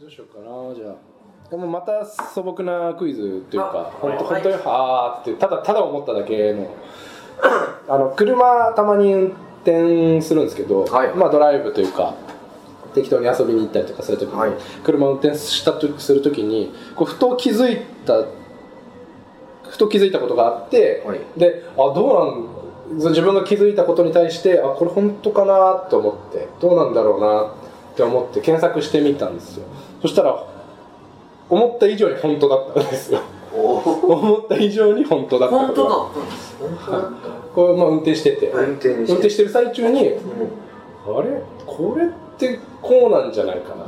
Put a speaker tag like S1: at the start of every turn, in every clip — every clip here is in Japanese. S1: どうしようかなじゃあでもまた素朴なクイズという
S2: あ
S1: か本当
S2: は
S1: 本
S2: い
S1: 当にはあってただただ思っただけのあの車たまに運転するんですけど、
S2: はい
S1: まあドライブというか適当に遊びに行ったりとかそういう時に、
S2: はい
S1: 車運転したとする時にこうふと気づいたふと気づいたことがあって、
S2: はい
S1: であどうなん自分が気づいたことに対してあこれ本当かなと思ってどうなんだろうなって思って検索してみたんですよそしたら思った以上に本当だったんですよ
S2: お
S1: 思った以上に本当だった
S2: 本
S1: こと
S2: 当
S1: が
S2: だったんです
S1: これまあ運転してて、
S2: 運転に
S1: 運転してる最中に
S3: うん
S1: あれこれってこうなんじゃないかな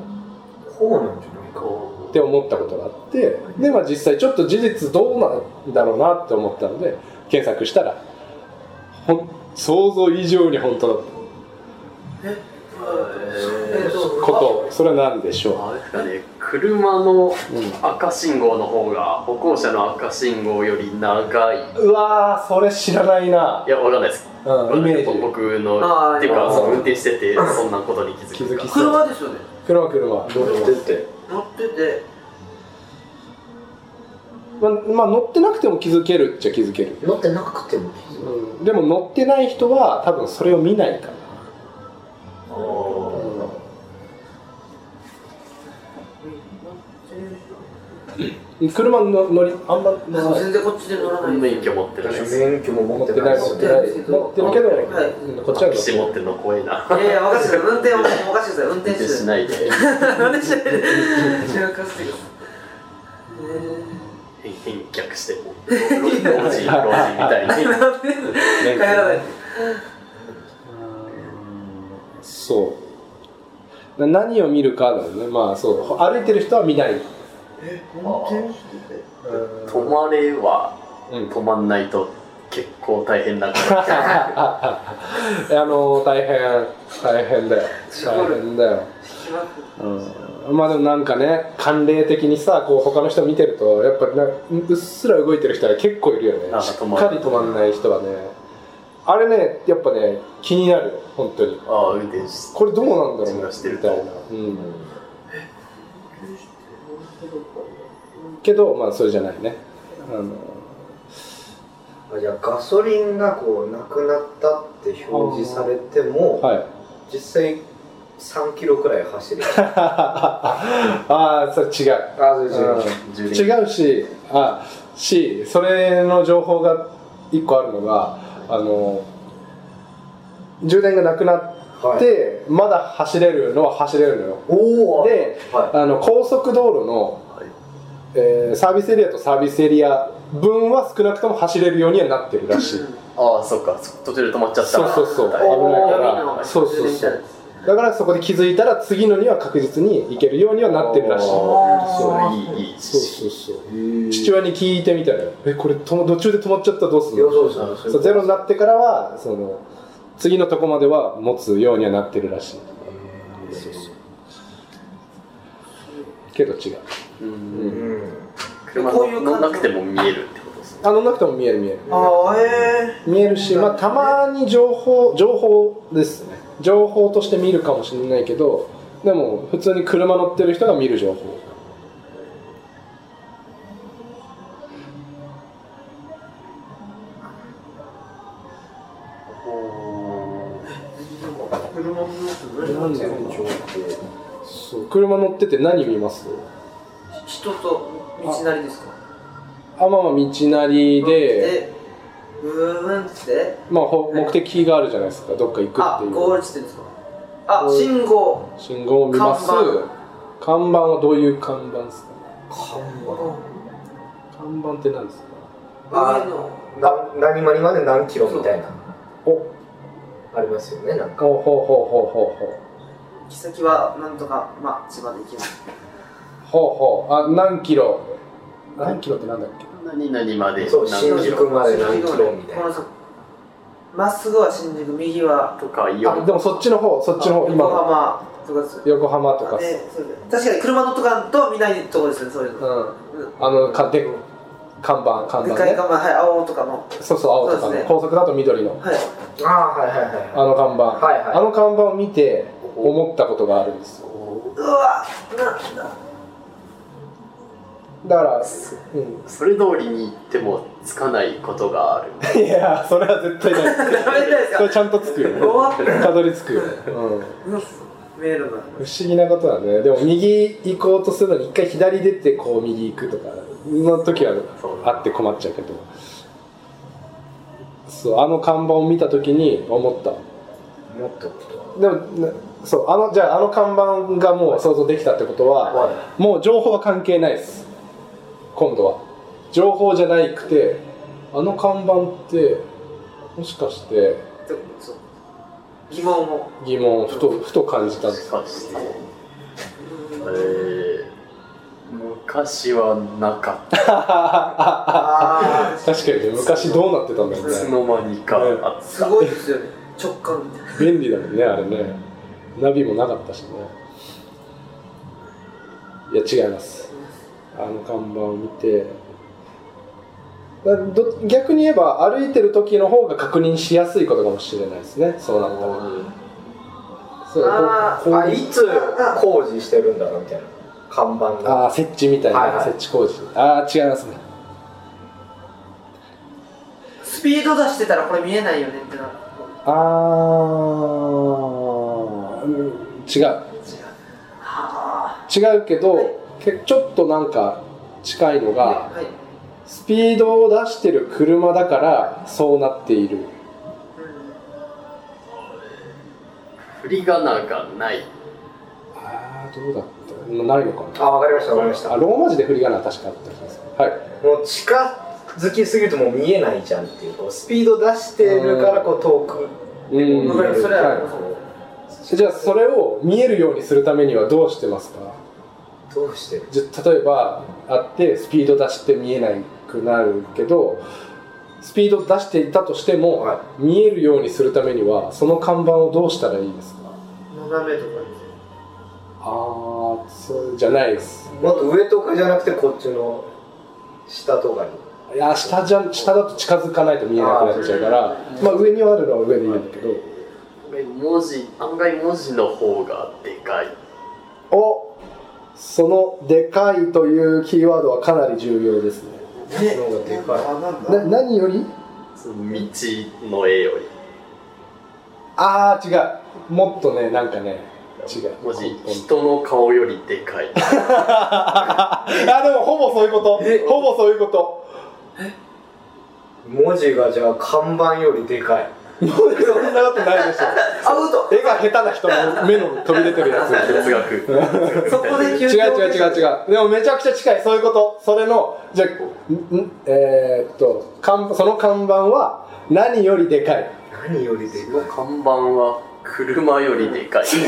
S3: こうなんじゃないか
S1: って思ったことがあってで、まあ、実際ちょっと事実どうなんだろうなって思ったので検索したらほん想像以上に本当だった
S2: え
S1: ことそれは何でしょ
S4: あれですかね車の
S1: う、うん
S4: 赤信号の方が歩行者の赤信号より長いいう
S1: わーそれ知らないな、
S4: やわかんないです
S1: うん、イメージ
S4: 僕の
S2: あー
S4: っていう
S1: あ
S4: か
S1: ー
S4: その運転して てそんなことに気づく
S1: 気づき
S4: か
S2: 車ですよね
S1: 車車
S3: 出て
S2: 乗ってて
S1: ままあ乗ってなくても気づけるっちゃ気づける、
S3: 乗ってなくても気づく
S1: うん、でも乗ってない人は多分それを見ないかな車の乗りあんま乗らない
S2: 全然こっちで乗らない
S4: 免許持ってないです
S3: 免許も
S1: 持
S3: 持
S1: っ
S3: ってて
S1: な
S3: ないい
S1: し
S3: し
S1: 持
S2: 持
S1: っ
S2: ってて
S1: な
S2: な
S1: け
S2: いいけ
S1: ど
S2: どはい
S1: うんこっちは乗って
S4: 岸持ってんの怖いない
S2: やいや、任せてください。運転、お任せてください。運
S4: 運
S2: 転
S4: 転
S2: して
S4: しないで
S2: 運転してない。任せてくださ
S4: 返却して老人老人 みたいに
S2: い。なんで帰らない。
S1: そうな何を見るかだよねまあそう歩いてる人は見ない
S2: 運転してて。
S4: 止まれは
S1: うん
S4: 止まんないと結構大変 だから
S1: いやあのー大変大変だよ大変だよ、うん、まあでもなんかね慣例的にさこう他の人見てるとやっぱなうっすら動いてる人は結構いるよね
S4: なんか
S1: しっ
S4: 止
S1: か
S4: まる
S1: り止まんない人はねあれねやっぱね気になるよ本当に
S4: ああ運転し
S1: これどうなんだろう
S4: 自分がしてる
S1: み
S4: と
S1: たいな、うん、けどまあそれじゃないねあの
S3: あじゃあガソリンがこうなくなったって表示されても、
S1: はい
S3: 実際3キロくらい走る
S1: ああそれ違う
S3: あそう
S4: 充電
S1: 違うしあしそれの情報が一個あるのがあの充電がなくなっ
S3: はい
S1: て、まだ走れるのは走れるのよ
S3: おお
S1: で
S3: は
S1: あの高速道路の、
S4: はい
S1: えーサービスエリアとサービスエリア分は少なくとも走れるようにはなってるらしい
S4: ああそっかそ途中で止まっちゃった
S1: そう
S4: ら
S1: そうそう危な
S4: お
S1: いか
S2: おー海
S1: ら
S2: の
S1: そうそう
S2: 充電みた
S1: そ
S2: いな
S1: うだからそこで気づいたら次のには確実に行けるようにはなってるらしい
S4: あーそういいいい
S1: そうそうそう
S3: い
S1: 父親に聞いてみたのよえこれとも途中で止まっちゃったらどうすん
S3: 予
S1: の
S3: 想者の
S1: そうゼロになってからはその次のとこまでは持つようにはなってるらしいけど違う
S4: うん
S3: うん
S4: 車
S2: こういう
S4: の
S2: 感じ
S4: 乗んなくても見えるってことですね
S1: あのなくても見える見える
S2: ああ、え
S1: 見えるし、まあ、たまに情報情報ですね情報として見るかもしれないけどでも普通に車乗ってる人が見る情報
S2: え。車も乗ってる
S1: なんだろうな
S3: 情景
S1: そう車乗ってて何見ます
S2: 人と道なりですか
S1: あまあまあ道なりで、
S2: うーんって。
S1: まあ、ほ目的があるじゃないですかどっか行
S2: あ、
S1: くっていう
S2: ゴール地点ですかあ、信号。
S1: 信号を見ます看
S2: 看
S1: 板はどういう看板ですか看板って何ですか
S2: 上の。
S3: な何まりまで何キロみたいな
S1: お
S3: ありますよねなんか
S1: ほうほうほうほうほうほう
S2: 行き先はなんとか、まあ、千葉で行きます。
S1: ほうほうあ何キロ何キロってなんだっけ
S4: 何々まで
S3: そう
S4: 何
S3: 新宿まで何キロみたい
S2: この
S3: な
S2: 先まっすぐは新宿、右は
S4: とかい
S1: あで
S4: う
S1: もそっちの方そっちの方今
S2: 横
S1: の
S2: 浜とかですよ
S1: 横浜とかっす
S2: ねそうです確かに車のとかんと見ないとこですね、そういう
S1: う
S2: の。
S1: ん
S2: うん
S1: あのかで看板看
S2: で
S1: 板
S2: かい
S1: ね
S2: 看板、はい、青とかの。
S1: そうそう青とか
S2: そうで
S1: ね
S2: すね
S1: 高速だと緑の
S2: はい。
S3: ああはいはいはい
S1: あの看板
S3: はいはい
S1: あの看板を見て思ったことがあるんですよ
S4: お
S2: うわなな
S1: だから、
S4: それ通りに行ってもつかないことがある
S1: うん、いやそれは絶対ない
S2: ダメじゃないです
S1: それ
S2: か
S1: ちゃんとつくよ
S2: 怖っ
S1: たどり着くよ、うん、
S2: うん迷路が
S1: 不思議なことだねでも右行こうとするのに一回左出てこう右行くとかの時はあって困っちゃうけどそうあの看板を見た時に思った
S3: もっとこと
S1: でもなそうあのじゃああの看板がもう想像できたってことは、
S3: は
S1: もう情報は関係ないです今度は情報じゃないくてあの看板ってもしかして
S2: でもそう疑問も
S1: 疑問をふとふと感じたんです
S4: かしてえー、昔はなかった
S2: ああ
S1: 確かにね昔どうなってたんだろ
S4: いうつ
S1: ね
S4: の間にかあっ
S2: す
S4: た、
S2: ごいですよね直感みたいな
S1: 便利だもんねあれねナビもなかったしねいや違いますあの看板を見てだど逆に言えば歩いてる時の方が確認しやすいことかもしれないですねそうなったらそう
S2: あー
S1: こうこう
S3: あいつ工事してるんだろうみたいな看板が
S1: ああ設置みたいな、
S3: はいはい
S1: 設置工事ああ違いますね
S2: スピード出してたらこれ見えないよねってなる
S1: ああ違う
S2: は
S1: 違うけどけちょっとなんか近いの
S2: あ
S1: が、
S2: はい
S1: スピードを出してる車だからそうなっている
S2: うん
S4: 振り仮名がない
S1: ああどうだったないのか
S3: あわかりましたわかりました
S1: なあローマ字で振り仮名確かあった気がするはい
S3: もう近づきすぎるともう見えないじゃんっていうこうスピード出してるからこう遠く
S1: うん
S2: わかりますそれは
S1: は
S3: はい
S1: い、じゃあそれを見えるようにするためにはどうしてますか
S3: どうしてる
S1: じゃ例えばあってスピード出して見えなくなるけどスピード出していたとしても、
S3: はい
S1: 見えるようにするためにはその看板をどうしたらいいですか
S2: 斜めとかです
S1: ああそうじゃないです
S3: もっと上とかじゃなくてこっちの下とかに
S1: いや下じゃ下だと近づかないと見えなくなっちゃうから
S2: あー
S1: まあ、上にはあるのは上でいいんだけど、
S4: 文字案外文字の方がでかい
S1: おその「でかい」というキーワードはかなり重要ですね
S3: ねの方がでかい
S2: あなん
S1: な
S2: だ
S1: 何より
S4: その道の絵より
S1: ああ違うもっとねなんかね違う
S4: 文字
S1: 根本
S4: 人の顔よりで かい
S1: あでもほぼそういうことほぼそういうこと
S3: 文字がじゃあ看板よりでかい
S1: もうそんなことないでしょ
S2: アウト
S1: 絵が下手な人の目の飛び出てるやつ
S4: 哲学
S2: そこで
S1: 違う
S2: 急
S1: 違う違う違うでもめちゃくちゃ近いそういうことそれのじゃあんんえーっと看その看板は何よりでかい
S3: 何よりでかい
S4: 看板は車よりでかい
S1: でかいね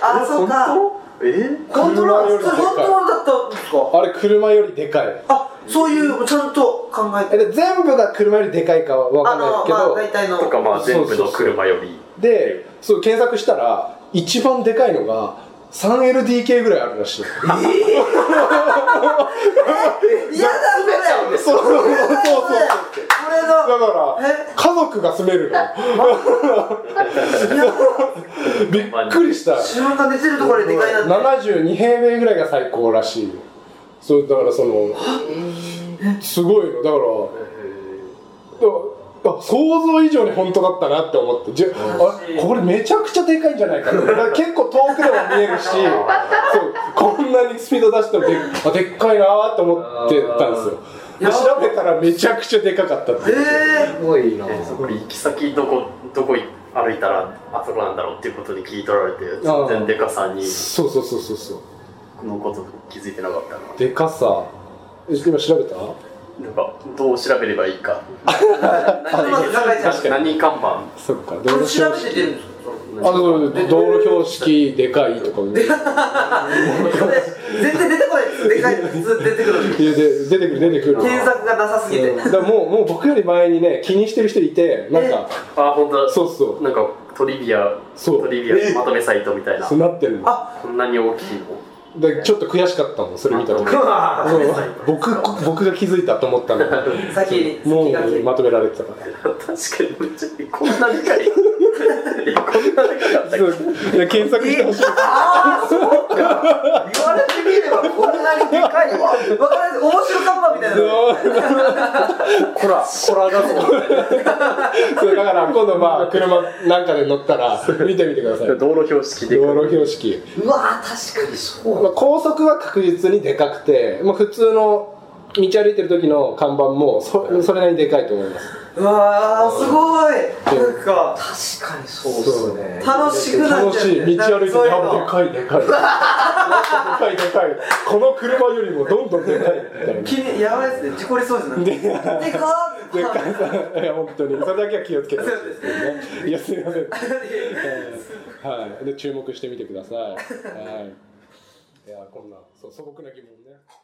S2: あそうか
S4: え
S2: コントロー
S1: 車よりで
S2: ル
S1: かい
S2: 本当だったんですか
S1: あれ車よりでかい
S2: あそういうちゃんと考え
S1: え
S2: て
S1: で全部が車よりでかいかは分
S2: あ
S1: かんない
S2: の
S1: け
S2: まあ
S1: ど、
S2: 大体の
S4: とかまあ全部の車より
S1: でそう検索したら一番でかいのが 3LDK ぐらいあるらしいよ
S2: いやだそれ
S1: そうそうそう そうそうだ
S2: こ
S1: から
S2: れのえ
S1: 家族が住める のびっくりした
S2: 瞬間出てるところででかいなんて
S1: 72平米ぐらいが最高らしいよそうだからそのすごいのだからだからあ想像以上に本当だったなって思ってじゅあ
S2: しい
S1: これめちゃくちゃでかいんじゃないかなだか ら結構遠くでも見えるしそうこんなにスピード出してもであでっかいなーって思ってたんですよで
S2: あー
S1: 調べたらめちゃくちゃでかかったって
S2: え
S3: すごいな
S4: えそこに行き先どこどこ歩いたらあそこなんだろうっていうことに聞い取られて全然でかさに
S1: そうそうそうそうそう
S4: のこと気づいてなかったの
S1: でかさえ今調べた
S4: なんかどう調べればいいか何
S2: 確
S1: か
S4: 何看板
S1: そっか
S2: ー
S1: 道
S2: これ
S1: 路標
S2: 調べて出る
S1: 識
S2: んですか
S1: あそう道路標識でかいとかね
S2: これ全然出てこないですでかいの普通出てくる
S1: いやで出てくる出てくる
S2: 検索がなさすぎて
S1: うんだからもうもう僕より前にね気にしてる人いてなんか
S4: あ本当だ
S1: そうそう
S4: なんかトリビア
S1: そう
S4: トリビアまとめサイトみたいな
S1: そうなってるの
S2: あ
S4: こんなに大きいの
S1: でちょっと悔しかったのそれ見た時
S4: まとめ
S3: わ
S1: そう僕僕が気づいたと思 ったの
S2: 先に
S1: も
S2: 先がけ
S1: うまとめられてたから
S4: 確かにめっちゃこんなでかい
S1: そういや検索してほしい
S2: ああ、そうか。言われてみれば、こんなにでかい。わかります。面白看板みたいなの。
S1: こらこらだそうだから今度まあ車なんかで乗ったら見てみてください
S4: 道路標識で
S1: 道路標識、
S2: うわー、確かにそう。
S1: まあ、高速は確実にでかくて、まあ、普通の道歩いてる時の看板もそそれなりにでかいと思います
S2: うわー、すごい。
S1: うん
S2: なんか、
S3: 確かにそうっすね
S2: 楽しくなっちゃう
S1: 楽しい道歩いててあでかいでかいでかいでかいこの車よりもどんどんでかいみたいな
S2: 気に、やばいですね。事故りそうですね。でかー。でかー。
S1: でかいさいや本当にそれだけは気をつけてほしいですけどねいやすいませ ん はい、で注目してみてください。はい、いやこんなそう素朴な疑問ね。